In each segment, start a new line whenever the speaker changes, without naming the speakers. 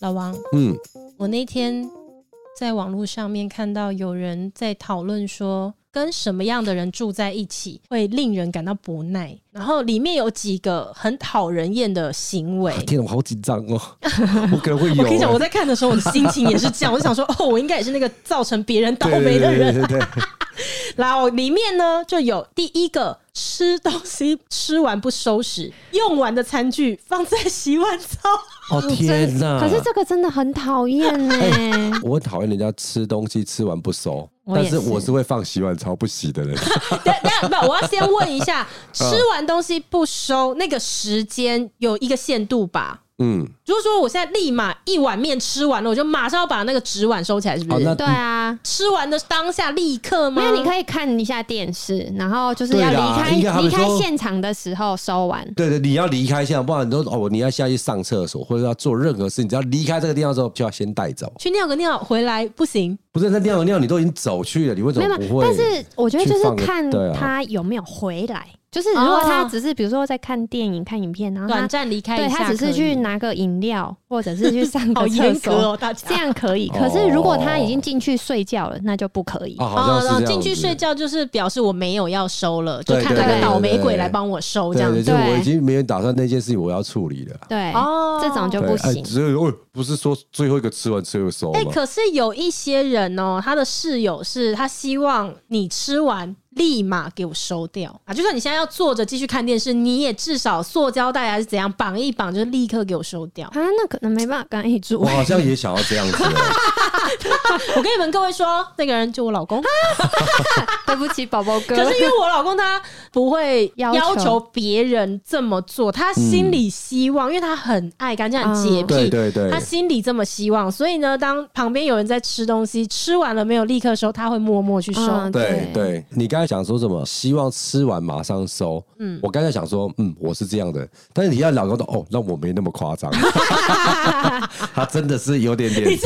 老王，
嗯，
我那天在网络上面看到有人在讨论说，跟什么样的人住在一起会令人感到不耐，然后里面有几个很讨人厌的行为。
天啊，我好紧张哦，我可能会有、啊
我跟你讲，我
在
在看的时候，我的心情也是这样。我就想说，哦，我应该也是那个造成别人倒霉的人。
对对对对对
然后里面呢，就有第一个吃东西吃完不收拾，用完的餐具放在洗碗槽。
哦天哪！哎
可是这个真的很讨厌呢。
我很讨厌人家吃东西吃完不收，
我
但
也
是我
是
是会放洗碗槽不洗的人。
等等下，不，我要先问一 下，吃
嗯
完东西不收那个时间有一个限度吧？
嗯，
如果说我现在立马一碗面吃完了，我就马上要把那个纸碗收起来，是不
哦
是？
那
对啊，
吃完的当下立刻吗？
没有，你可以看一下电视，然后就是要
嗯对啦
离
应该
开
他
离
们说
开现场的时候收完。
对对，你要离开现在，不然你都哦，你要下去上厕所或者要做任何事，你只要离开这个地方之后，就要先带走。
去尿个尿回来不行，
不是，那尿尿你都已经走去了，你为什
没
么
有，
不
没
会？
有但是我觉得就
去
是
放个
看
对啊
他有没有回来。就是如果他
哦
只是比如说在看电影、看影片，然后他
短暂离开一
对
下可以。
他只是去拿个饮料，或者是去上
好
个
严
厕
格
所，
哦，大家
这。样可以。
哦
可是如果他已经进去睡觉了，那就不可以。
哦，好像
哦，
是
然后
这样。
进去睡。觉就是表示我没有要收了，就
对
看
对
哪个
对
倒霉
对对
鬼
对
来帮我收这
对
样
对，
子。
就我
对
已经没有打算那件事情我要处理了。
对，
哦
这种就
对
不
哎
行
只有哦不是说最后一个吃完最后收
哎、
吗？
可是有一些人哦，他的室友是他希望你吃完立马给我收掉啊，就算你现在要坐着继续看电视，你也至少塑胶袋还是怎样绑一绑，就是立刻给我收 掉。
啊，那可能没办法跟他一起住
我。好像也想要这样 子哦。
我跟你们各位说，那个人就我老 公，
对不起，宝宝哥
可是因为我老公他不会
要
要
求
求别人这么做，他心里希望，因为他很爱干净、很洁癖，
嗯
对对对
他心里这么希望，所以呢，当旁边有人在吃东西，吃完了没有立刻收，他会默默去收。
嗯
对对，你刚才想说什么？希望吃完马上收。嗯，我刚才想说，嗯，我是这样的，但是你要老公说，哦，那我没那么 夸张，他真的是有点点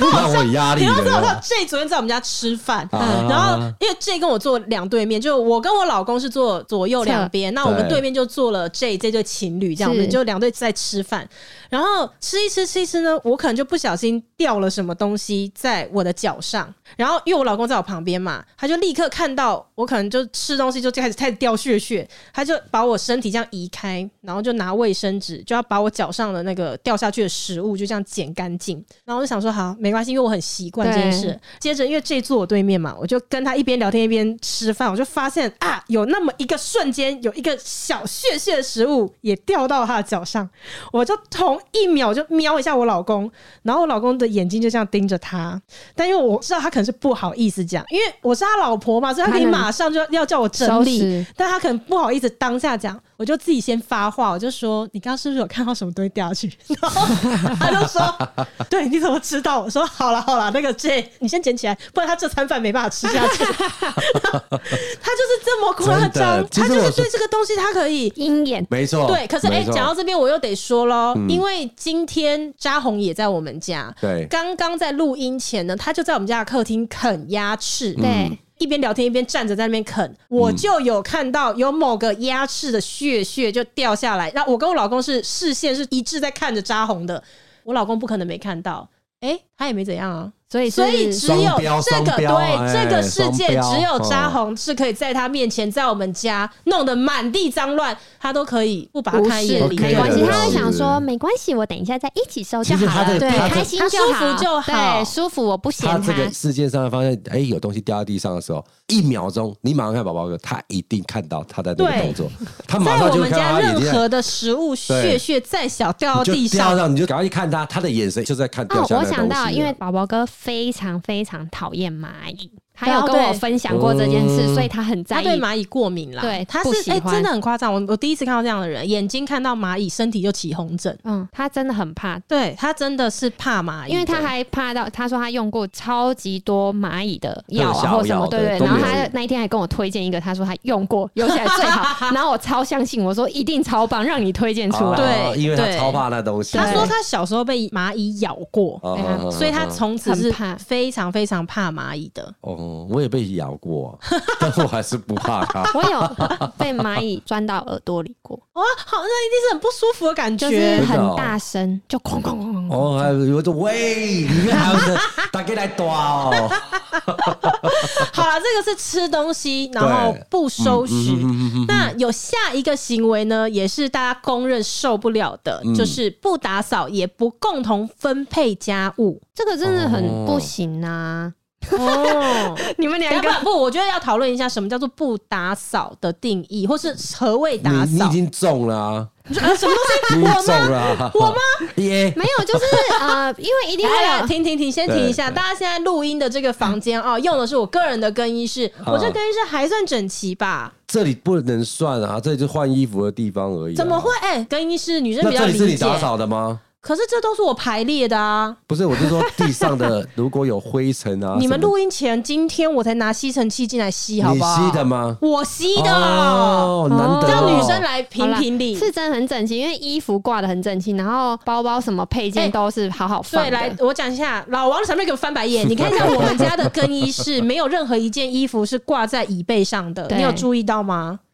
让我压力
你要知道，
的。
J 昨天在我们家吃饭，嗯
啊
然后因为 J 跟我坐两对面，就我跟我老公是坐左右两边，那我们
对
对面就坐了 J 这对情侣，这样我们
是
就两对在吃饭，然后吃一吃吃一吃呢，我可能就不小心掉了什么东西在我的脚上，然后因为我老公在我旁边嘛，他就立刻看到我可能就吃东西就开始开始掉血血，他就把我身体这样移开，然后就拿卫生纸就要把我脚上的那个掉下去的食物就这样捡干净，然后我就想说好没关系，因为我很习惯这件
对
事，接着，因为这坐我对面嘛，我就跟他一边聊天一边吃饭，我就发现啊，有那么一个瞬间，有一个小屑屑的食物也掉到他的脚上，我就同一秒就瞄一下我老公，然后我老公的眼睛就这样盯着他，但因为我知道他可能是不好意思讲，因为我是他老婆嘛，所以他可以
他能
马上就要叫我整
收
理，
拾。
但他可能不好意思当下讲，我就自己先发话，我就说你刚刚是不是有看到什么东西掉下去？ 然后他就说，对，你怎么知道？我说好了好了，那个 J 你先捡起来，不然他这餐饭没办法吃下去。 然后他就是这么夸
真的
张，
其
他
实
就
我
是
是
对这个东西他可以。
鹰眼
没错，
对，可是哎，
没错嗯
讲、到这边我又得说喽，因为今天扎红也在我们家，
对，
刚刚在录音前呢，他就在我们家的客厅啃鸭翅，
嗯
对，
一边聊天一边站着在那边啃，我就有看到有某个鸭翅的血血就掉下来。那我跟我老公是视线是一致在看着扎红的，我老公不可能没看到。哎、他也没怎样啊，
所以
所以
是
只有
哎双标
这个
双标
对
哎
这个世界
双标
只有扎红是可以在他面前，在我们家弄得满地脏乱，他都可以不把他
不
看一
是
眼里，
OK
没关系，
的
他会
是
想说没关系，我等一下再一起收
其
就
实
好
他
了，
的
对，
他这
开心
他舒
就
服
好，
就好
对，舒服我不嫌
他这
他，
个世界上发现，哎、有东西掉在地上的时候，一秒钟，你马上看宝宝哥，他一定看到他在那
对
个动作，他马
在
上
我
就
们
看到
家
他眼
任
睛在
何的食物血血再小掉到
就
地
掉
上，
上，你就赶快去看他，他的眼神就在看掉
哦，
下来
我
的东
想
西
到，
了
因为宝宝哥非常非常讨厌蚂蚁，他
对
有
哦
跟我
对
分享过这件事，
嗯
所以他很在
他
意。
对蚂蚁过敏啦。
对
他
不
是
喜
哎、
欢
真的很夸张。我我第一次看到这样的人，眼睛看到蚂蚁，身体就起红疹。
嗯，他真的很怕，
对他真的是怕蚂蚁的，
因为他还怕到，他说他用过超级多蚂蚁的药
特
啊
效
或什么，
药
对
对
对。
都
然后
没有
他
用
那一天还跟我推荐一个，他说他用过，用起来 最好。然后我超相信，我说一定超棒，让你推荐出来。
哦
对
因为他
对
超怕那东西。
他说他小时候被蚂蚁咬过，
哦，
对
哦哦
所以他
哦
从此是
很怕
非常非常怕蚂蚁的。
哦，我也被 咬过，但我还是不怕它。
我有被蚂蚁钻到耳朵里过，
哇，哦好，那一定是很不舒服的感
就
觉
是。
真的哦
很大声，就哐哐哐哐。
哦，还有我说喂，里面还有人，大家来打哦，
好了，这个是吃东西，然后 不收
嗯
拾。那有下一个行为呢，也是大家公认受不了的，就是不打扫，也不共同分配家务。
这个真的很不行啊！
哦，
你们
等一下不不，我觉得要讨论一下什么叫做不打扫的定义，或是何谓 打
你你已
扫？
经中了啊，
啊什么东 西？
你已
我
经
吗？
中了啊，我吗？ 耶，
没有，就是呃，因为一定
来
会
啊
来，
有
停停停，先停一下。大家现在录音的这个房间啊、用的是我个人的更衣室，
啊
我这更衣室还算整齐吧？
这里不能算啊，这里是换衣服的地方而已、啊
怎么会？？哎、更衣室女生
那
比较
这里是
理
你
解。
打扫的吗？
可是这都是我排列的啊！
不是，我是说地 上的如果有灰尘啊，
你们
什么
录音前，今天我才拿吸尘器进来吸，好
你
不好？
吸的吗？
我吸的，
哦，难得、哦，
让女生来评
好啦
评理。
是真的很整齐，因为衣服挂的很整齐，然后包包什么配
哎
件都是好好放
对，
的。
来，我讲一下，老王的前面给我翻白 眼。你看一下我们家的更衣室，没有任何一件衣服是挂在椅背上的，
对
你有注意到吗？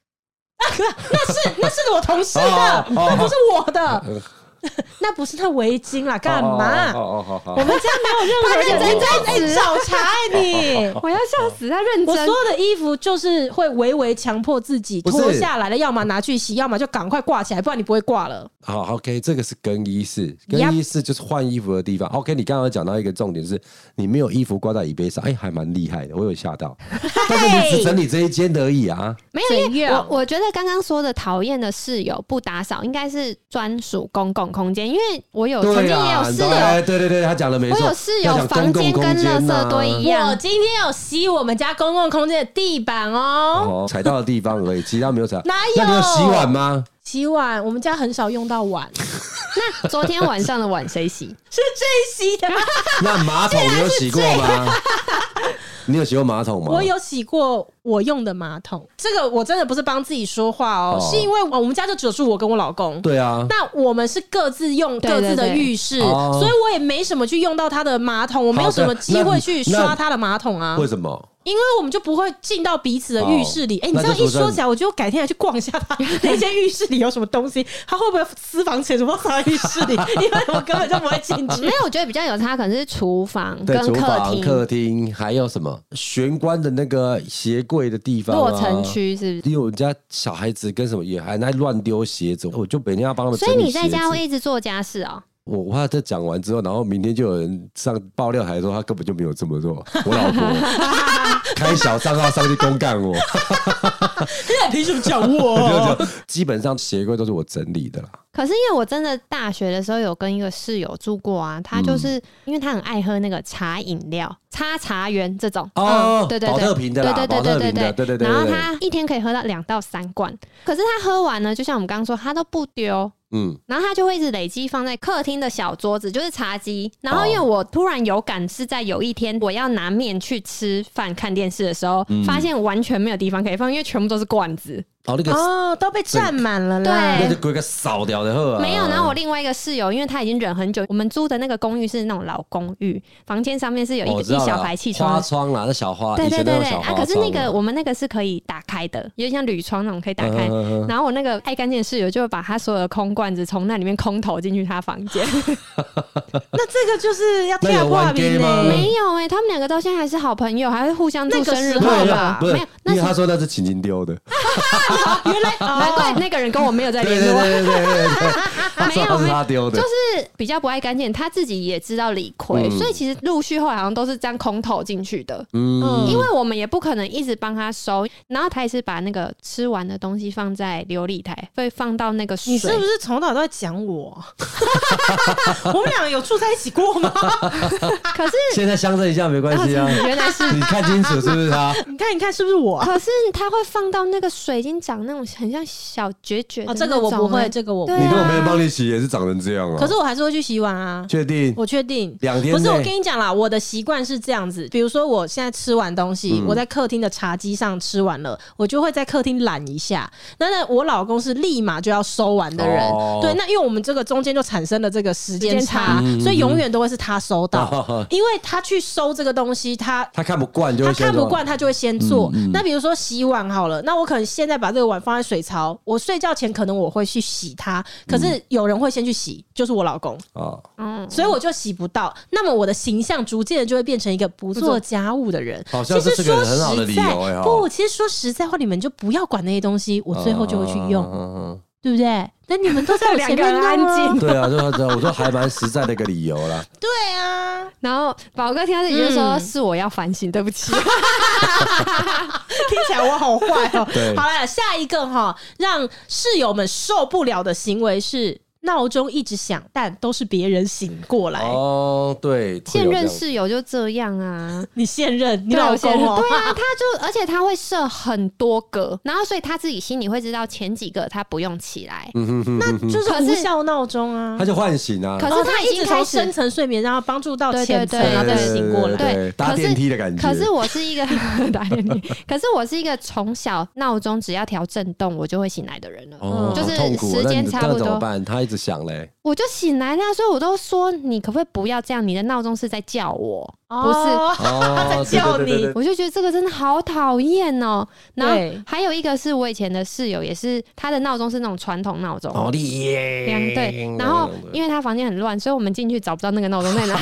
那是那是我同事
哦
的，
哦哦
那不是我 的，那不是那围巾啦，干嘛？
哦哦哦哦
我们
哦，
家没有任何人 在在找茬哎你。
我要笑死，他认
我
真
所。有的衣服就是会微微强迫自己
不是
脱下来了，要么拿去洗，要么就赶快挂起来，不然你不会挂了。
好，OK，这个是更衣室，
Yup
更衣室就是换衣服的地方。OK，你刚刚讲到一个重点是，你没有衣服挂在椅背上，哎、还蛮厉害的，我有吓到。但是你只整理这一间而已啊，
没有，因
怎
为
样
我我觉得刚刚说的讨厌的室友不打扫，应该是专属公共空间，因为我有曾经
对
也有
啊，
室
对
友，
对对对，他讲的没
我
错，
有室
要
友
讲公
房
共
间跟
空
垃
间
圾
呐
堆一
我
样，
今天有吸我们家公共空间的地板哦，
哦，踩到的地方而已，其他没有踩。
哪
那你有
有
洗碗吗？
洗碗，我们家很少用到碗，
那昨天晚上的碗谁洗？
是最洗的。
那马桶你有洗过吗？你有洗过马桶吗？
我。有洗过我用的马桶，这个我真的不是帮自己说话哦，
哦
是因为我们家就只有住我跟我老公。
对啊，
那我们是各自用
对
各自的
对对
浴室，
哦
所以我也没什么去用到他的马桶，我没有
好
什么
那
机会去
那
刷他的马桶啊。
为什么？
因为我们就不会进到彼此的浴室里。
哦
哎、你这样
那就
一
说真的
说起来，我就改天来去逛一下他那间浴室里有什么东西，他会不会私房钱全部放在浴室里？因为我根本就不会进
没
去。
有，我觉得比较有差，可能是厨房
对
跟，
厨
客
房、
厅
客厅还有什么玄关的那个鞋柜的地方、啊，
落成。区是不是？
因为我们家小孩子跟什么也还爱乱丢鞋子，我就每天要帮他们整
所以
理
你
鞋子。
在家会一直做家事哦、
我我怕这讲完之后，然后明天就有人上爆料台说他根本就没有这么做。我老婆 开小账号上去公干我，
现在凭什么讲我？
就就基本上鞋柜都是我整理的啦。
可是因为我真的大学的时候有跟一个室友住过啊，他
嗯
就是、因为他很爱喝那个茶饮料、茶茶园这种
哦
嗯对对对，
保特瓶的啦
对对
保特
对
瓶
对
的对对对
然后
对对
他一天可以喝到两到三罐，可是他喝完呢，就像我们刚刚说，他都不丢。
嗯，
然后他就会一直累积放在客厅的小桌子，就是茶几。然后
哦
因为我突然有感是在有一天我要拿面去吃饭看电视的时候，
嗯
发现完全没有地方可以放，因为全部都是罐子。
哦，那个、
哦，都被占满了啦。
那个
对
龟给扫掉的后、啊，
哎没有，然后我另外一个室友，因为他已经忍很久，我们租的那个公寓是那种老公寓，房间上面是有一
哦
个、
我知
一
道了
小排气
花
窗。
窗啦，那小花，
对
以
对
前
对
那种
对，
小花
啊，
窗
可是那个我们那个是可以打开的，有点像铝窗那种可以打
嗯
开。
嗯嗯嗯
然后我那个爱干净的室友就把他所有的空罐子从那里面空投进去他房间，
那这个就是要
那有
跳挂
玩 gay
名
吗
呢。
没有哎、他们两个到现在还是好朋友，还会互相祝
那个
生日
时
快
候
乐
吧
不
没
是
有，，那
因为
是
他说那是晴晴丢 的，
原来
难怪
哦，
那个人跟我没有在
对
联
对
络。
对对对对，对他说他是他丢的
就，是比较不爱干净，他自己也知道理亏，
嗯
所以其实陆续后来好像都是这样空投进去的。
嗯，
因为我们也不可能一直帮他收，然后他也是把那个吃完的东西放在琉璃台，会放到那个水。
你是不是从头到尾都在讲我？ 我们俩有住在一起过吗？
可是
现在相认一下没关 系啊，
原来是，
你看清楚是不是 他？
啊
你看，你看，是不是我？
可是他会放到那个水晶长那种很像小决绝的
哦，
那种
这
欸、
个我不会，这个我不
对
会
啊
你如果没人帮你洗，也是长成这样啊。
可是我我还是会去洗碗啊，
确定
我确定。
两天
不是，我跟
内
你讲啦，我的习惯是这样子。比如说，我现在吃完东西，
嗯
我在客厅的茶几上吃完了，我就会在客厅懒一下。那那我老公是立马就要收完的人，
哦
对。那因为我们这个中间就产生了这个时间
时间
差
差，
所以永远都会是他收到，
嗯哦
因为他去收这个东西，他。
他看不惯就
他
会先嗯
看不
说
惯，他就会先做。那比如说洗碗好了，那我可能现在把这个碗放在水槽，我睡觉前可能我会去洗它，可是
嗯
有人会先去洗，就是我老公。
啊，
嗯，
所以我就洗不到。那么我的形象逐渐的就会变成一个不做家务的人。
好像
其实
是这个
说
很好的
实
理
在
由欸哈
不，其实说实在话，你们就不要管那些东西，我最后就会
哦
去用，
用。
对不对？那你们都在我前
两个
面
人
弄 啊
安静。
对啊，对啊，对啊，我说还蛮实在的一个理由 啦。
对啊，
然后宝哥听到这里就说：“
嗯
是我要反省，对不起。
听起来我好坏哦
对。
好了，下一个哈，让室友们受不了的行为是闹钟一直响，但都是别人醒过来。
哦，对，”会
现
有这样
任室友就这样啊，
你现任，你
对
老
我现
公哦、
任 对啊，他就而且他会设很多个，然后所以他自己心里会知道前几个他不用起来，
那就是
啊可是
无效闹钟啊
他。就唤醒啊，
可
然后
是
他
哦他
一
已
直
经
从
开始
深层睡眠，然后帮助到
对对
浅层，
对
然后再醒过来。
对
对
搭
可是
电梯的感觉。
可是我是一个 打电梯，可是我是一个从小闹钟只要调震动我就会醒来的人了，
哦，
就是
好痛苦哦
嗯时间
那你
差不
那怎么
多
办？他一直想嘞，
我就醒来啦，所以我都说你可不可以不要这样？你的闹钟是在叫我，不是。
哦
哦，
在叫
对对对
你
对对
我就觉得这个真的好讨厌哦。然
对
后还有一个是我以前的室友，也是他的闹钟是那种传统闹钟，
好厉害
哦两对。然后因为他房间很乱，所以我们进去找不到那个闹钟 在哪，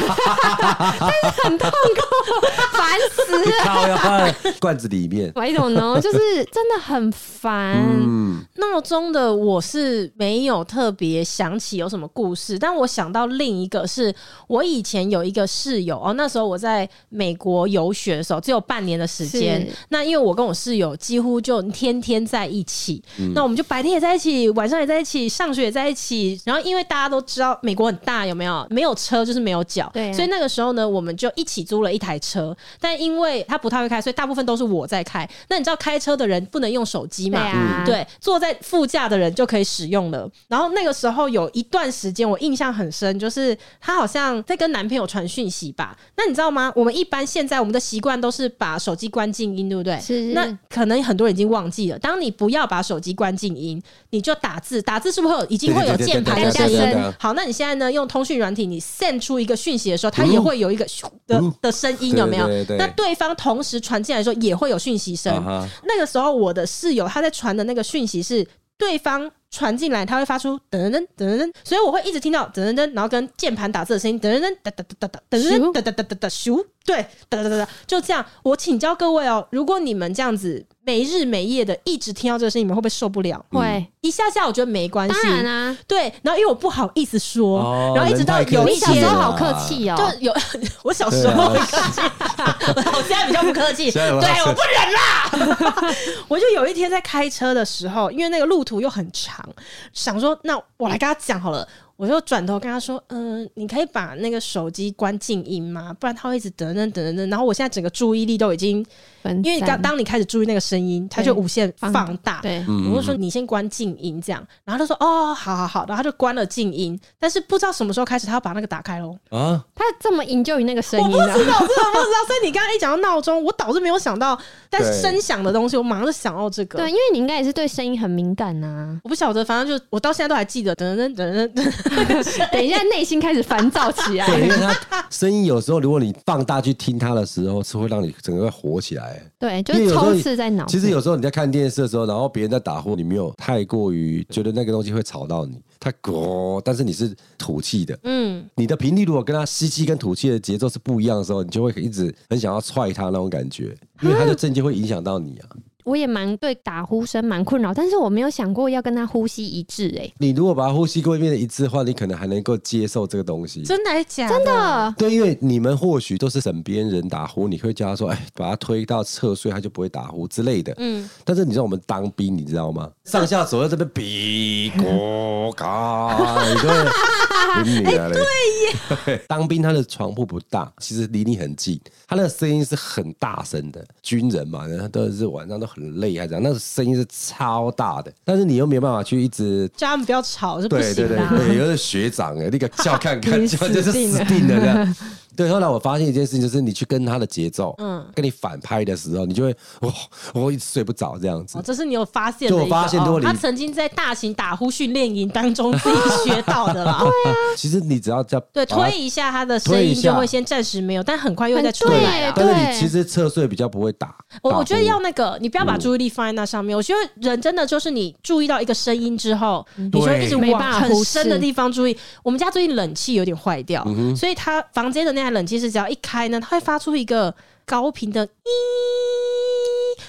但是很痛苦，烦死了。
靠要放在罐子里 面，
我一种 呢，就是真的很烦。
嗯，
闹钟的我是没有特别想起有什么故事，但我想到另一个是我以前有一个室友哦，那时候我在美国游学的时候，只有半年的时间
是。
那因为我跟我室友几乎就天天在一起，
嗯
那我们就白天也在一起，晚上也在一起，上学也在一起。然后因为大家都知道美国很大，有没有？没有车就是没有脚，
对啊
所以那个时候呢，我们就一起租了一台车。但因为他不太会开，所以大部分都是我在开。那你知道开车的人不能用手机
对
嘛？
嗯
啊，
对，坐在副驾的人就可以使用了。然后那个时候有一段时间我印象很深，就是她好像在跟男朋友传讯息吧。那你知道吗？我们一般现在我们的习惯都是把手机关静音，对不对？
是
那可能很多人已经忘记了，当你不要把手机关静音，你就打字，打字是不是会有已经会有
对对对
键盘的
对
声
对对
音
对对对？
好，那你现在呢？用通讯软体，你 send 出一个讯息的时候，它也会有一个咻的
嗯
的声音，有没有
对对？对
那对方同时传进来的时候，也会有讯息声
啊。哈
那个时候我的室友他在传的那个讯息是对方。传进来，他会发出噔噔噔噔噔噔，所以我会一直听到噔噔噔，然后跟键盘打字的声音噔噔噔哒哒哒哒哒噔噔噔哒哒哒哒咻，对，哒哒哒哒，就这样。我请教各位哦，如果你们这样子没日没夜的一直听到这个声音，你们会不会受不了？
会
一下下我觉得没
嗯
关系
当，然啊，
对。然后因为我不好意思说，
哦
然后一直到
人太客
有
气
一
你小
天
时候好客气哦，
就有 我小时候会客气， 我现在比较不客气，
啊 现
对
在有
我
没
不
有
忍啦。 我就有一天在开车的时候，因为那个路途又很长，想说那我来跟他讲好了。我就转头跟他说：“嗯，你可以把那个手机关静音吗？不然他会一直等等等等等。然后我现在整个注意力都已经，
分
因为当
散
当你开始注意那个声音，它就
对
无限
放
放大。
嗯
对，
我就说你先关静音这样，然后他说哦，好好好，然后他就关了静音，但是不知道什么时候开始，他要把那个打开喽。
啊，
他这么营救于那个声
我
音
不
啊，
知道，我真的不知道。所以你刚刚一讲到闹钟，我倒是没有想到，但是
对
声响的东西，我马上就想到这个。
对，因为你应该也是对声音很敏感啊呐、
我不晓得，反正就我到现在都还记得，等等等等噔，
等一下内心开始烦躁起来。
对，因为他声音有时候，如果你放大去听他的时候，是会让你整个火起来。
对，就
因为
是
有时候
冲
你
刺在脑。
其实有时候你在看电视的时候，然后别人在打呼，你没有太过于觉得那个东西会吵到你，他咯，但是你是吐气的，
嗯，
你的频率如果跟他吸气跟吐气的节奏是不一样的时候，你就会一直很想要踹他那种感觉，因为他
嗯
的震惊会影响到你啊。
我也蛮对打呼声蛮困扰，但是我没有想过要跟他呼吸一致、欸，
你如果把它呼吸规变得一致的话，你可能还能够接受这个东西。
真的还是假
真的。
对，因为你们或许都是枕边人打呼，你会叫他说：“哎，把他推到侧睡，他就不会打呼之类的。”嗯，但是你知道我们当兵，你知道 吗？上下左右这边比国嘎，你就会。你女啊嘞！对耶， 当兵他的床铺不大，其实离你很近，他的声音是很大声的。军人嘛，然后都是晚上都很累还是怎样，那个声音是超大的，但是你又没办法去一直。
叫他们不要吵是不
对对
行
对
的啊、
对，有的学长哎，那个叫看看
你
叫就是
死定
死
了
定了这样。对，后来我发现一件事情，就是你去跟他的节奏，
嗯
嗯，跟你反拍的时候，你就会哇，我一直睡不着这样子
哦，。这是你有发现的
就
一
我
个，
发现如果
哦
你
他曾经在大型打呼训练营当中自己学到 的啦。
其实你只要叫
对，
把它
推一下他的声
推
音
一下
就会先暂时没有，但很快又会再出
很对
来
耶
啊。
但是
对
你其实侧睡比较不会打。
我
打
我觉得
呼嗯
要那个，你不要把注意力放在那上面。我觉得人真的就是你注意到一个声音之后，你就会一直
对嗯没
往
办法
很
忽
深
视
的地方注意。我们家最近冷气有点坏掉，
嗯
所以它房间的那台冷气是只要一开呢，它会发出一个高频的“咦”，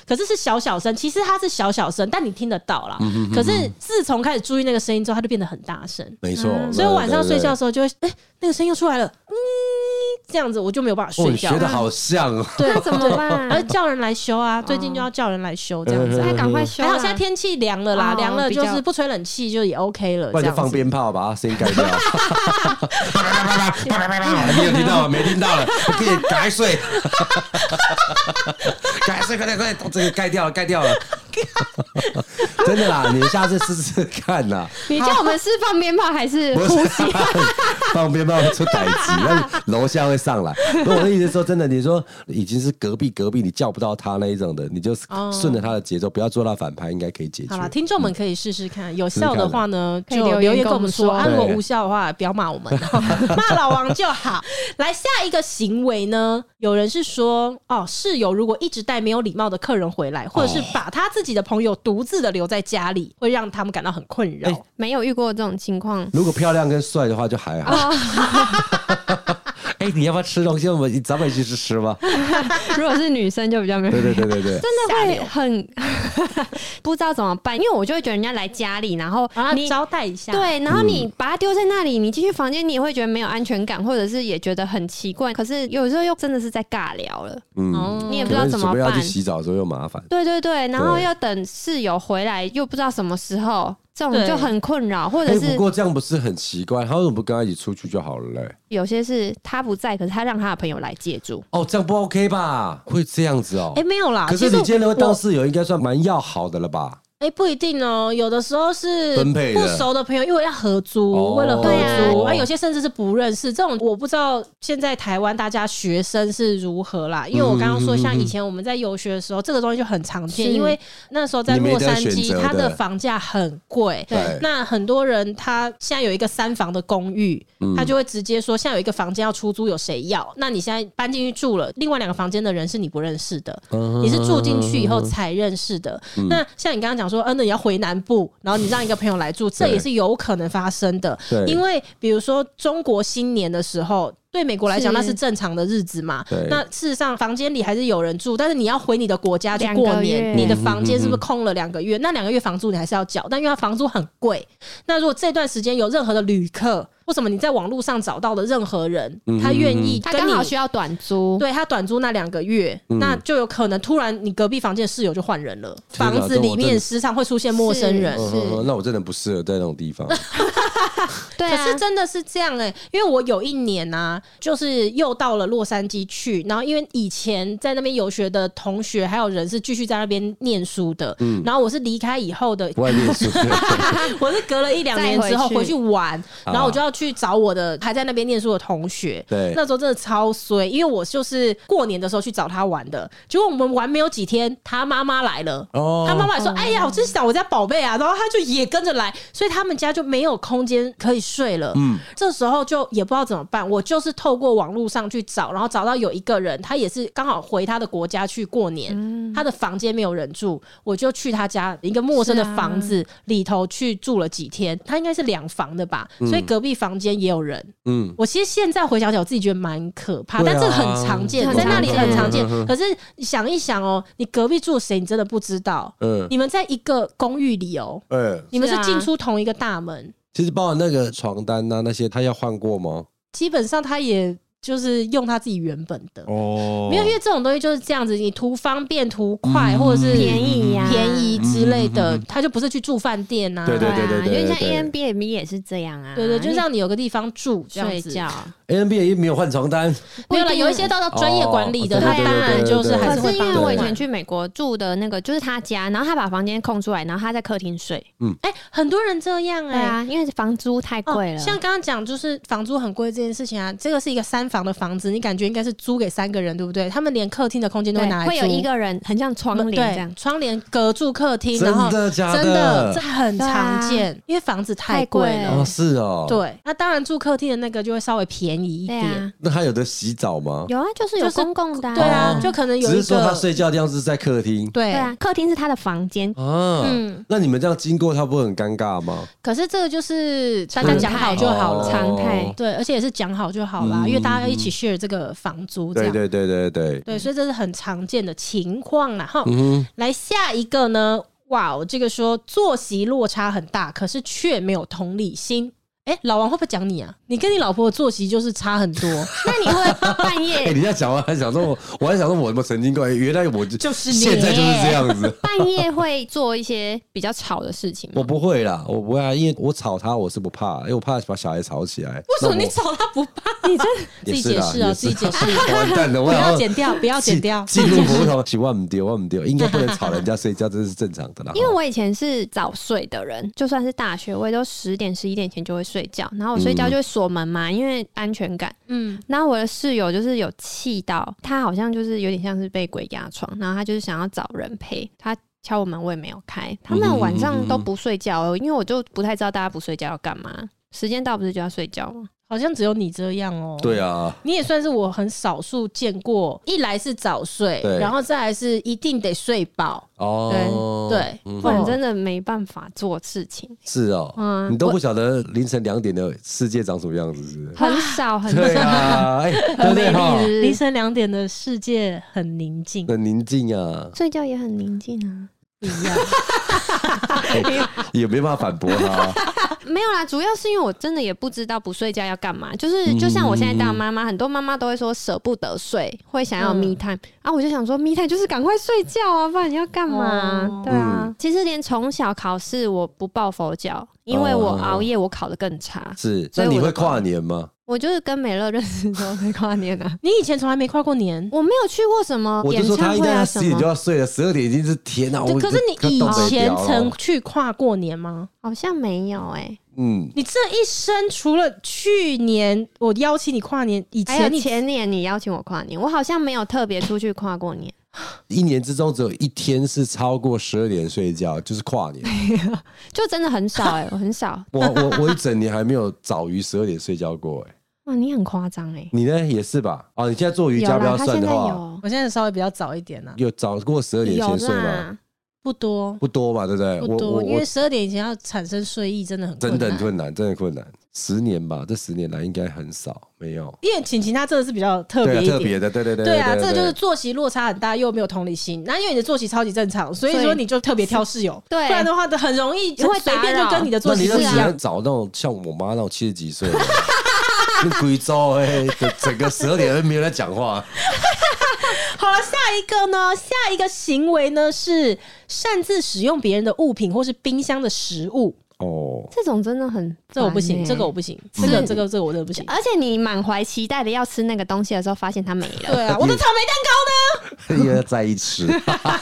可是是小小声，其实它是小小声，但你听得到
嗯
啦。可是自从开始注意那个声音之后，它就变得很大声。
没错，对
嗯所以我晚上睡觉的
对
时候就会，哎、那个声音又出来了，嗯，这样子我就没有办法
对哦，
睡
你
觉。
学的好 像哦，
对
那怎么办嗯
而叫人来修啊，最近就要叫人来修这样
嗯
子。
那赶快修
还
啦。
好现在天气凉了啦，
哦
凉了就
比
是
较
不吹冷气就也 OK 了，
不
这
然就
样
放
子。
鞭炮把它声音盖掉。你有听到吗？没听到了，我可以赶快睡，赶快睡，快点快点，这个盖掉了，盖掉了。真的啦，你们下次试试看呐，
你叫我们是放鞭炮还是
不
呼
是
吸？
放鞭炮出歹机，那楼下会上来。那我的意思是说，真的，你说已经是隔壁隔壁，你叫不到他那一种的，你就
哦
顺着他的节奏，不要做到反拍，应该可以解决
好。啦，听众
嗯
们可以试试看，有效的话呢，
试试
就
看啦
留言跟我们说；
可以留言跟我
按
们说啊
果
对
无效的话，不要骂我们， 骂老王就好。来，下一个行为呢？有人是说，哦，室友如果一直带没有礼貌的客人回来，或者是
哦
把他自己的朋友独自的留在家里，会让他们感到很困扰。
哎
没有遇过这种情况。
如果漂亮跟帅的话就还好。 哎、你要不要吃东西？我们咱们一起去吃吧。
如果是女生就比较没有
对。对对对对，
真的会
流
很 不知道怎么办，因为我就会觉得人家来家里，然后
然后
你
啊招待一下，，
对，然后你把它丢在那里，你进去房间，你也会觉得没有安全感，或者是也觉得很奇怪。可是有时候又真的是在尬聊了，
嗯，
哦
你也不
可
知道
能
怎么
准备要
办
去。洗澡的时候又麻烦。
对对对，然后
对
要等室友回来，又不知道什么时候，这种
对
就很困扰。或
哎、
者
不
是
过这样不是很奇怪？他为什么不跟他一起出去就好了嘞？
有些是他不在，可是他让他的朋友来借住，
哦，这样不 OK 吧？会这样子哦。
哎、没有啦，
可是
其
你
实
今天会
我
当室友，应该算蛮要好的了吧？
哎、不一定哦，有的时候是
分配的
不熟的朋友，因为要合租，
哦
为了合
对啊
租，而有些甚至是不认识。这种我不知道现在台湾大家学生是如何啦，因为我刚刚
嗯
说，像以前我们在游学的时候，这个东西就很常见，
是
因为那时候在
你没
洛杉
得选
矶，
择
它的
的
房价很贵，
对
那很多人他现在有一个三房的公寓，
嗯
他就会直接说，现在有一个房间要出租，有谁要？那你现在搬进去住了，另外两个房间的人是你不认识的，
嗯
你是住进去以后才认识的。那像你刚刚讲说，嗯、那你要回南部，然后你让一个朋友来住，这也是有可能发生的。
对
因为比如说中国新年的时候。对美国来讲，
是
那是正常的日子嘛
对。
那事实上，房间里还是有人住，但是你要回你的国家去
两个
过
月
年，你
嗯
的房间是不是空了两个月？那两个月房租你还是要缴，但因为它房租很贵，那如果这段时间有任何的旅客，或什么你在网络上找到的任何人，
嗯
他愿意
他
跟
刚
你
好需要短租。
对他短租那两个月，
嗯
那就有可能突然你隔壁房间的室友就换人了，
天哪
房子里
这我真
面
的
时常会出现陌生人
是。
嗯
是
哼哼那我真的不适合在那种地方。
对
可
啊，
是真的是这样哎、因为我有一年啊，就是又到了洛杉矶去，然后因为以前在那边游学的同学还有人是继续在那边念书的，然后我是离开以后的，
嗯外面是，
我是隔了一两年之后
再回去
回去玩，
啊
然后我就要去找我的还在那边念书的同学。
对
那时候真的超衰，因为我就是过年的时候去找他玩的，结果我们玩没有几天，他妈妈来了。
哦
他妈妈说：“哎呀，我真想我家宝贝啊！”然后他就也跟着来，所以他们家就没有空间可以睡了。嗯，这时候就也不知道怎么办，我就是透过网络上去找，然后找到有一个人，他也是刚好回他的国家去过年，
嗯
他的房间没有人住，我就去他家一个陌生的
是啊
房子。子里头去住了几天，他应该是两房的吧，所以隔壁房间也有人。
嗯，
我其实现在回想起来，我自己觉得蛮可怕，
对
但
啊嗯
这很常见，
很
在那
常
里
见
很常见。可是想一想哦，你隔壁住谁，你真的不知道。
嗯
你们在一个公寓里哦，
嗯，
你们
是
是
啊
进出同一个大门，
其实包括那个床单啊那些，他要换过吗？
基本上他也就是用他自己原本的。
哦，
没有，因为这种东西就是这样子，你图方便、图
嗯
快，或者是
便宜啊呀、
便宜之类的，他就不是去住饭店呐、
对对对
啊，因为像
对
A N B N B 也是这样啊，
对对，就是让你有个地方住这样
睡
子。
觉。
A N B A 没有换床单，
没有了，
不一定
有一些到到专业管理的，
哦
他
对对
当然
对对
就是还
可
是
是
会
因
帮
为
你
我以
换
前去美国住的那个就是他家，然后他把房间空出来，然后他在客厅睡。
哎、很多人这样
对
哎、
啊，因为房租太
哦
贵了。
像刚刚讲，就是房租很贵这件事情啊，这个是一个三房的房子，你感觉应该是租给三个人，对不对？他们连客厅的空间都
对
拿来租，
会有一个人很像窗帘这样
对，窗帘隔住客厅，然后
真的假
真的这很
对啊
常见，因为房子太
太
贵
贵
了。
了
哦，是哦，。
对，那当然住客厅的那个就会稍微便宜一
对
点，
啊，
那还有的洗澡吗？
有啊，就是
就
有
是
公共的、啊，
对啊
哦
就可能有
只
一
是说他
个
睡觉的地方是在客厅
对
对啊，客厅是他的房间，
啊。
嗯
那你们这样经过，他不会很尴尬吗？
可是这个就是大
常
家讲好
态
就好了。
哦
常态
对，而且也是讲好就好啦，
嗯
因为大家要一起 share 这个房租，这
对
样
对对对对，
对所以这是很常见的情况啦。哈、
嗯
来下一个呢？哇哦，这个说作息落差很大，可是却没有同理心。哎、老王会不会讲你啊？你跟你老婆的作息就是差很多，
那你会半
哼，哎，
夜
你在讲完还想说我，我还想说我怎么神经过？哎原来我就
就是你
现在就是这样子。
半夜会做一些比较吵的事情吗？
我不会啦，我不会啊，因为我吵他我是不怕，因为我怕把小孩吵起来。
为什么
那我
你找他不怕？
你真的
自己 解
也是啦
释啊，
也
自己解释。
完蛋了，
不
我想
要
说
剪掉，不要剪掉。
进入不同，是万不丢，万不 丢，应该不能吵人家睡觉，这是正常的啦。
因为我以前是早睡的人，就算是大学，我也都十点十一点前就会睡觉，然后我睡觉就会锁门嘛，因为安全感。
嗯，
然后我的室友就是有气到，他好像就是有点像是被鬼压床，然后他就是想要找人陪他。敲我门我也没有开，他们晚上都不睡觉哦，因为我就不太知道大家不睡觉要干嘛。时间到不是就要睡觉吗？
好像只有你这样哦。
对啊，
你也算是我很少数见过，一来是早睡，
对
然后再来是一定得睡饱，
哦，
对
嗯
不然真的没办法做事情，
是哦，
嗯，
你都不晓得凌晨两点的世界长什么样子，是不是？
很少很
对啊， 哎，对不
没
对哈？
力
凌
日，
晨两点的世界很宁 静，
很宁静啊，
睡觉也很宁静啊。
不一样。
也没办法反驳 他。
没有啦，主要是因为我真的也不知道不睡觉要干嘛。就是
嗯
就像我现在当妈妈，很多妈妈都会说舍不得睡，会想要
嗯
me time、啊。我就想说 me time 就是赶快睡觉啊，不然你要干嘛？
哦
对啊，
嗯
其实连从小考试我不抱佛脚，因为我
哦
熬夜我考的更差。
是，
所
那
以
你
我
会
就
跨年吗？
我就是跟美乐认识之后才跨年 啊，
你以前从来没跨过年，
我没有去过什么
我就
演
说他
唱
应
会
该
啊
十
什
点就
么，
要睡了，十二点已经是天了。
对
哦我
可是
就
你以
动不了
前
了
曾去跨过年吗？
好像没有哎、
嗯，
你这一生除了去年我邀请你跨年，以
还有
前你
前年你邀请我跨年，我好像没有特别出去跨过年。
一年之中只有一天是超过十二点睡觉，就是跨 年。
就真的很少哎、我很少。
我我我一整年还没有早于十二点睡觉过、哎，
哇，你很夸张哎。
你呢也是吧？哦，你现在做瑜伽
有
不
啦
要
他
算
现
的
在
话，
有
我现在稍微比较早一点啊啦，
有早过十二点
有
前睡吗？
啦，
不多
不多吧，对不对？
不
我我
多，因
我
为十二点以前要产生睡意真的很
真
困
的很
难。
困难，真的很困难。十年吧，这十年来应该很少没有。
因为晴晴她真的是比较特
对
别
啊，
一
特
点，
别的，对对对
对啊，这
对
个就是作息落差很大，又没有同理心。那因为你的作息超级正常，所以说
所以
你就特别挑室友，
对
不然的话很容易
就会
随便就
打扰
跟你的作
那你
息
要
不
只
一样。
能找那种像我妈那种七十几岁的， 那贵州哎，整整个十二点都没有在讲话。
好了，下一个呢？下一个行为呢是擅自使用别人的物品或是冰箱的食物，
哦，
这种真的很烦欸、
这我不行，这个我不行，这个这个这个我真的不行。
而且你满怀期待的要吃那个东西的时候，发现它没 了。
对啊，我的草莓蛋
又要在 一起，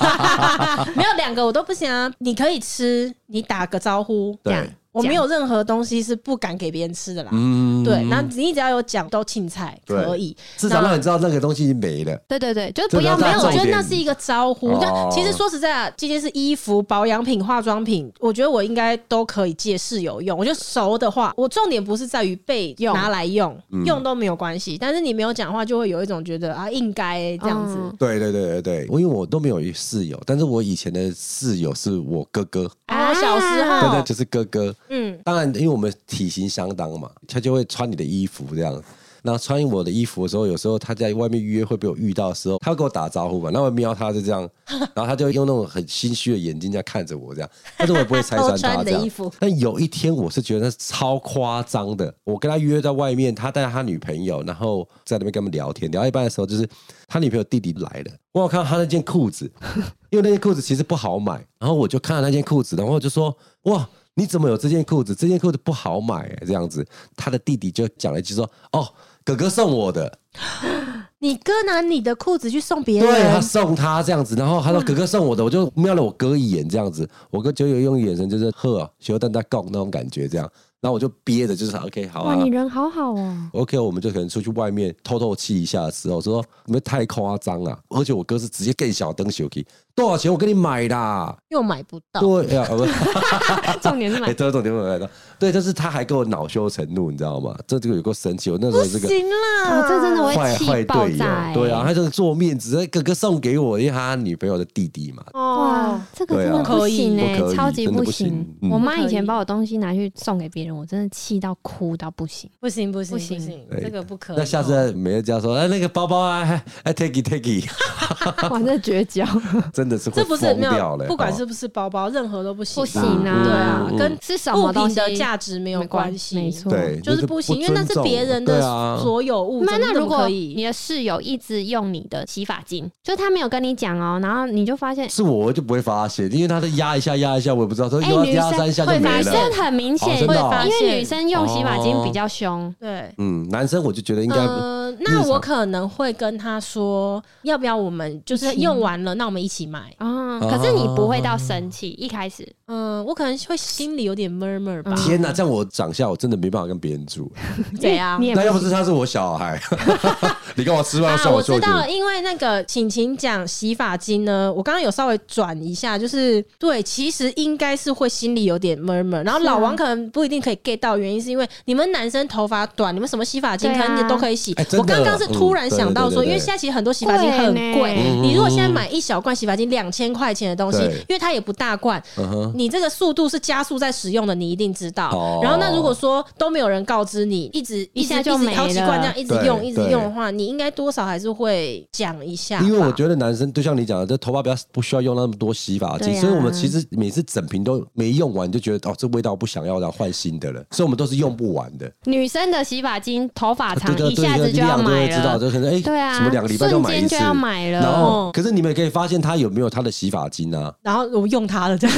糕没有两个我都不行啊！你可以吃，你打个招呼，
这
对
样，
我没有任何东西是不敢给别人吃的啦。
嗯
对，那你只要有讲都青菜
对
可以，
至少
那
让你知道那个东西已经没了。
对对对，就是
这
不要
个
没
没
有，
有
我
重
觉
点
得那是一个招呼。就
哦
其实说实在啊，今天是衣服、保养品、化妆品，我觉得我应该都可以借室友用。我觉得熟的话，我重点不是在于被
嗯
用
拿来用，用都没有关系。但是你没有讲话，就会有一种觉得啊，应该欸这样子。
嗯
对对对对对，因为我都没有室友，但是我以前的室友是我哥哥，
啊，小时
对
候
对，，就是哥哥。
嗯，
当然，因为我们体型相当嘛，他就会穿你的衣服这样。然后穿我的衣服的时候，有时候他在外面约会被我遇到的时候，他会跟我打招呼嘛，那我瞄他就这样，然后他就用那种很心虚的眼睛这样看着我这样，但是我也不会拆
偷
穿
穿
他
你
这
的衣
样
服。
但有一天我是觉得那是超夸张的，我跟他约在外面，他带他女朋友，然后在那边跟他们聊天，聊到一半的时候，就是他女朋友弟弟来了，我有看到他那件裤子， 因为那件裤子其实不好买，然后我就看了那件裤子，然后我就说哇。你怎么有这件裤子？这件裤子不好买、这样子。他的弟弟就讲了一句说：“哦，哥哥送我的。”
你哥拿你的裤子去送别
对
啊
他
人，
送他这样子，然后他说哥哥送我的，我就瞄了我哥一眼这样子， 我哥就有用眼神就是呵，学蛋在杠那种感觉这样，然后我就憋着就是 OK 好
哇，
啊
你人好好哦，
，OK 我们就可能出去外面透透气一下的时候，说你们太夸张了，而且我哥是直接更小灯小 K，多少钱我给你买啦？
又买不到。
对 哎呀， 呃不是。
重点是
哎，
买
这种点我来的，对，但是他还给我恼羞成怒，你知道吗？这这个有够生气，我那时候这个
行啦，
啊这真的会
坏
气
坏
爆
队友
炸、欸，，
对啊，，他就是做面子，哥哥送给我，因为他女朋友的弟弟嘛，
哦
哇，，这个真的不行哎、
对啊
超级
不可以
不
真的不行嗯
我妈以前把我东西拿去送给别人，我真的气到哭到不 行。
不行不行
不
不
行
行，
对
这个不可以哦。
哎那下次每次这样说，哎，那个包包啊， 哎哎，take it take it，
哇，这绝交！
真的是会
这不是
疯
没
掉
有
了，，
不管
哦
是不是包包，任何都 不行，
不行啊
对啊，
嗯
跟
是什
物
么东
品
西
的价值没有关系，
没错。
对，
就是不行，因为那是
尊重
别人
对
的
啊
所有物，
那
真
那
的
如
不
果
可
你
以。
的室友一直用你的洗发精，就他没有跟你讲哦，然后你就发现，
是我就不会发现，因为他在压一下压一下，我也不知道，他
哎、
又
女
要压三
生
下就没了。
女生很明
哦
显
真的
会
哦
发
因为
现
女生用洗发精比较凶，
对，
嗯，男生我就觉得应该不
呃，
日
那
常
我可能会跟他说，要不要我们就是
一起
用完了，那我们一起买。
哦
啊、可是你不会到生气，一开 始
嗯，我可能会心里有点 murmur 吧。
天哪，这样我长相我真的没办法跟别人住。
怎样
你？也
那要不是他是我小孩， 你跟我吃饭
啊，
算
我
做
知
主。
道了，因为那个晴晴讲洗发精呢，我刚刚有稍微转一下，就是对，其实应该是会心里有点 murmur，然后
是啊
老王可能不一定可以 get 到，原因是因为你们男生头发短，你们什么洗发精可
对啊
能也都可以洗
哎。真的
我刚刚是突然想到
嗯对对
说，
对对嗯
因为现在其实很多洗发精很
贵
贵
呢，
你如果现在买一小罐洗发精两千块钱的东西
对，
因为它也不大罐，
嗯哼，
你这个速度是加速在使用的，你一定知道。
哦
然后那如果说都没有人告知你，一直
一下
直
就
直
没
好几
了
罐这样一直
对
用一直
对
用的话，你应该多少还是会讲一下吧。
因为我觉得男生就像你讲的，这头发比较不需要用那么多洗发精，
对啊
所以我们其实每次整瓶都没用完，就觉得哦，这味道不想要，然后换新的了，所以我们都是用不完的。啊
女生的洗发精头
啊
发
对
长，
对
一
对，
下子就要
量都会
买
知道，
了，
就可能哎，
对啊，
什么两个礼拜就
瞬
买一
间
次
就，要买了，
然后
嗯
可是你们也可以发现它有没有它的洗发精啊，
然后我用它了这样，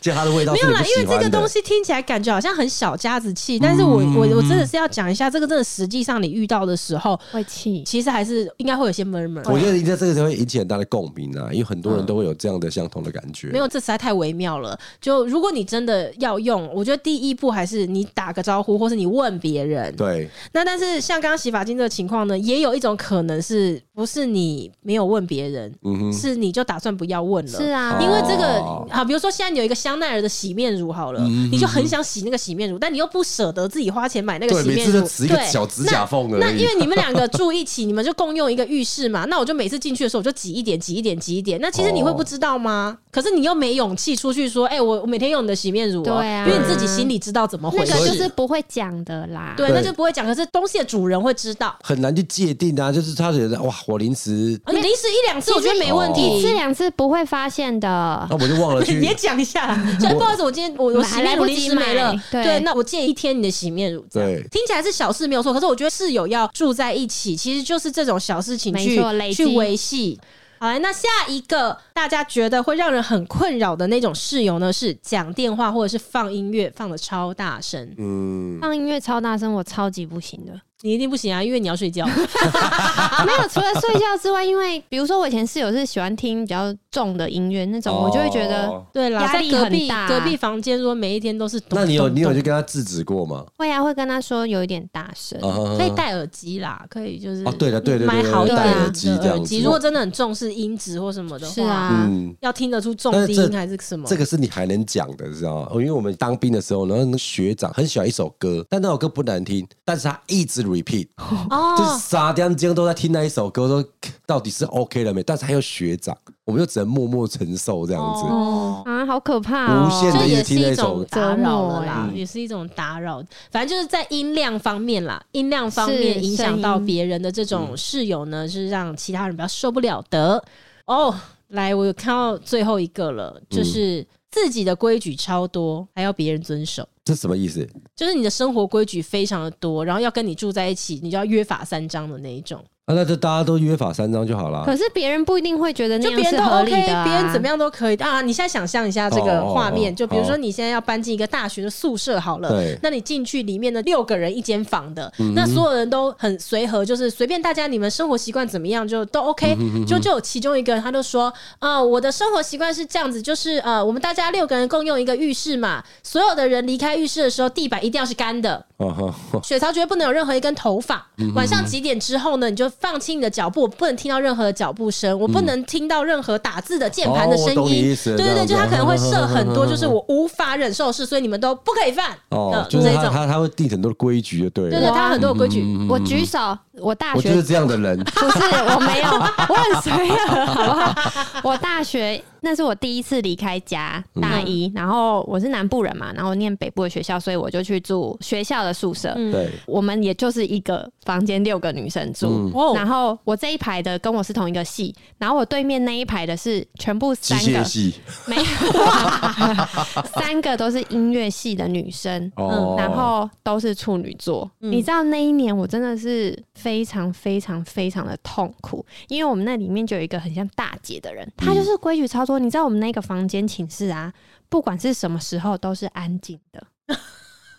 就它的味道
没
是
有
你
啦
不，
因为
喜
这个
欢
东
的。嗯
西听起来感觉好像很小家子气，但是我我我真的是要讲一下，这个真的实际上你遇到的时候，
会气。
其实还是应该会有些 murmur。
我觉得人家这个就会引起很大的共鸣啊，因为很多人都会有这样的相同的感觉。
嗯没有，这实在太微妙了。就如果你真的要用，我觉得第一步还是你打个招呼，或是你问别人。
对，
那但是像刚刚洗发精这个情况呢，也有一种可能是不是你没有问别人，
嗯哼，
是你就打算不要问了。
是啊，
因为这个
哦
好，比如说现在你有一个香奈儿的洗面乳好了，
嗯
你就很想洗那个洗面乳，但你又不舍得自己花钱买那个
对，
洗
每
面
次
乳
就，只一个小
对。
指甲缝而
那因
已。
为你们两 个住一起，你们就共用一个浴室嘛，那我就每次进去的时候我就挤一点、挤一点、挤一点。那其实你会
哦
不知道吗？可是你又没勇气出去说，哎、我我每天用你的洗面乳、哦，
对啊
因为你自己心里知道怎么
那
回事，
个就是不会讲的啦。
对，
对
那就不会讲。可是东西的主人会知道，
很难去界定啊，就是他觉得哇，我临时
啊你临时一两次我觉得没问
一
题
一次。两次不会发现的
那。我就忘了 去
也讲一下啦，虽然不好意思，我今天我我
买
洗面乳临时没
来
了
不及，买对
对，那我借一天你的洗面乳，这样
对
听起来是小事没有错，可是我觉得室友要住在一起，其实就是这种小事情
没
去
错累积
去维系。好来，那下一个大家觉得会让人很困扰的那种室友呢，是讲电话或者是放音乐放的超大声，
嗯，
放音乐超大声，我超级不行的。
你一定不行啊，因为你要睡觉。
哦没有，除了睡觉之外，因为比如说我以前室友是喜欢听比较重的音乐那种，我就会觉得
哦。
对啦，
压
在
力
隔
很
壁
大
隔壁房间，如果每一天都是咚，
那你有
咚
你有
咚
去跟他制止过吗？
会啊，会跟他说有一点大声。
啊
可以戴耳机啦，可以就是
哦对的对对对
买好一点
戴
的
耳
机这样
啊耳机
子
如果真的很重视音质或什么的话，
是啊，
嗯。
要听得出重低
但是
音
这
还是什么。
这个是你还能讲的，知道吗？哦因为我们当兵的时候，然后那个学长很喜欢一首歌，但那首歌不难听，但是他一直 repeat，、就是
哦，
傻丁间都在听那一首歌，说到底是 OK 了没？但是还有学长，我们就只能默默承受这样子。
哦
啊，好可怕、哦！
嗯无限
这
的
也
一
是
听那
一
种
种，打扰
折磨欸
了啦，也是一种打扰。反正就是在音量方面啦，音量方面
是
影响到
声音
别人的这种室友呢，是让其他人比较受不了的。哦，来，我有看到最后一个了，
嗯
就是自己的规矩超多，还要别人遵守。
这什么意思？
就是你的生活规矩非常的多，然后要跟你住在一起，你就要约法三章的那一种。
啊，那就大家都约法三章就好啦。
可是别人不一定会觉得那
就别
样
人
是
都
合
OK，
理的、啊，
别人怎么样都可以啊。你现在想象一下这个
哦哦
画面，
哦
就比如
好
说你现在要搬进一个大学的宿舍好了
对，
那你进去里面的六个人一间房的，
嗯
那所有人都很随和，就是随便大家你们生活习惯怎么样就都
嗯
OK。就就有其中一个人他就说啊、我的生活习惯是这样子，就是呃，我们大家六个人共用一个浴室嘛，所有的人离开浴室的时候，地板一定要是干的。
哦哈哈
水槽绝对不能有任何一根头发。
嗯
晚上几点之后呢，你就放轻你的脚步，我不能听到任何的脚步声，我不能听到任何打字的键盘的声
嗯哦我懂
音。
你意思
对对对，
这样子
就他可能会设很多，
嗯
就是我无法忍受的事，所以你们都不可以犯。
哦
呃
嗯，
就是
这
他
种，
他他会定很多的规矩，就对
对对，
了。
他很多有规矩。
嗯
我举手，我大
我
学
就是这样的人，
不是，我没有，我很随和，好不 好？我大学那是我第一次离开家，
嗯
大一，然后我是南部人嘛，然后我念北部的学校，所以我就去住学校的宿舍。
嗯
对，
我们也就是一个房间六个女生
嗯
住，
哦
然后我这一排的跟我是同一个系，然后我对面那一排的是全部
机
三
械
个，
系
没有 三个都是音乐系的女生，
哦，
然后都是处女座。你知道那一年我真的是非常非常非常的痛苦，因为我们那里面就有一个很像大姐的人，她就是规矩超多。你知道我们那个房间寝室啊，不管是什么时候都是安静的，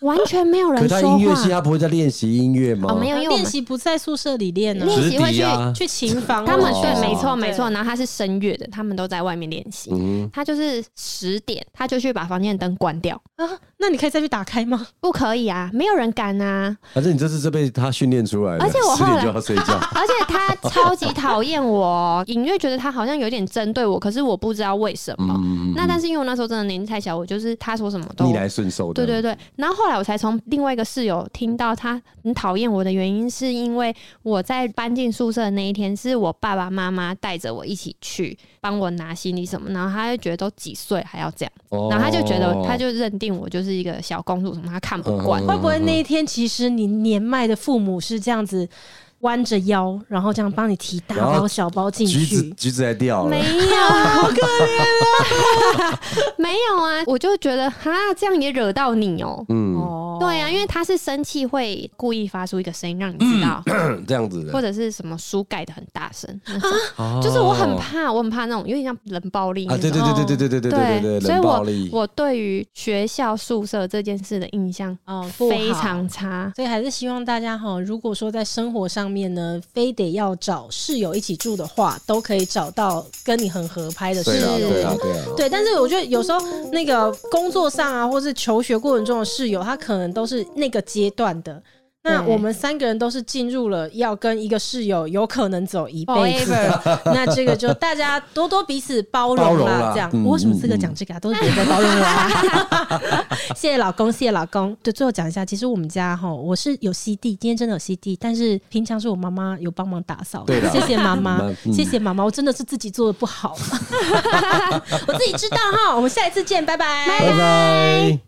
完全没有
可
人
是
说
他
话。
音乐系，他不会在练习音乐吗
哦，？没有，因为我
练
们
习不在宿舍里练呢、
练习会
直
去
笛啊，
去琴房啊或者
他们
是什么。
哦
对，没错没错。
对。
然后他是声乐的，他们都在外面练习。
嗯，
他就是十点，他就去把房间的灯关掉，
啊，那你可以再去打开吗？
不可以啊，没有人敢啊。
反正你这次是被他训练出来的，
而且我
十
后来
点就要睡 觉。
而且 他超级讨厌我，隐约觉得他好像有点针对我，可是我不知道为什么。
嗯，
那但是因为我那时候真的年纪太小，我就是他说什么都
逆来顺受的，
对对对。然后后来我才从另外一个室友听到他很讨厌我的原因，是因为我在搬进宿舍的那一天，是我爸爸妈妈带着我一起去帮我拿行李什么，然后他就觉得都几岁还要这样，
哦，
然后他就觉得他就认定我就是一个小公主什么，他看不惯
嗯。
会不会那一天其实你年迈的父母是这样子弯着腰，然后这样帮你提大
然后
包小包进
橘子
去？
橘子还掉了
没，有，好可怜啊！ 没有啊，我就觉得哈，这样也惹到你哦、
嗯，
哦
对啊，因为他是生气会故意发出一个声音让你
嗯
知道，
这样子的
或，者是什么书盖的很大声，那种
哦
就是我很怕，我很怕那种有点像冷暴力那
啊，对
种。
对对对对对对对对对，
所以
冷暴
我
力，
我对于学校宿舍这件事的印象
哦不好
非常差。
所以还是希望大家哈，如果说在生活上面呢，非得要找室友一起住的话，都可以找到跟你很合拍的室
对啊
友。
对啊对啊，
对，但是我觉得有时候那个工作上啊，或是求学过程中的室友，他可能都是那个阶段的。那
对
我们三个人都是进入了要跟一个室友有可能走一辈子，
Forever，
那这个就大家多多彼此包
包
容
容
啦。
啦
这样，
嗯
我为什么资格
嗯
讲这个啊？都是别人在包容我啊！ 谢谢老公，谢谢老公。对，最后讲一下，其实我们家哈，我是有吸地，今天真的有吸地，但是平常是我妈妈有帮忙打扫，
对啦
谢谢妈妈
嗯，嗯
谢谢妈妈，我真的是自己做 的不好，我自己知道哈。我们下一次见，拜拜
拜拜。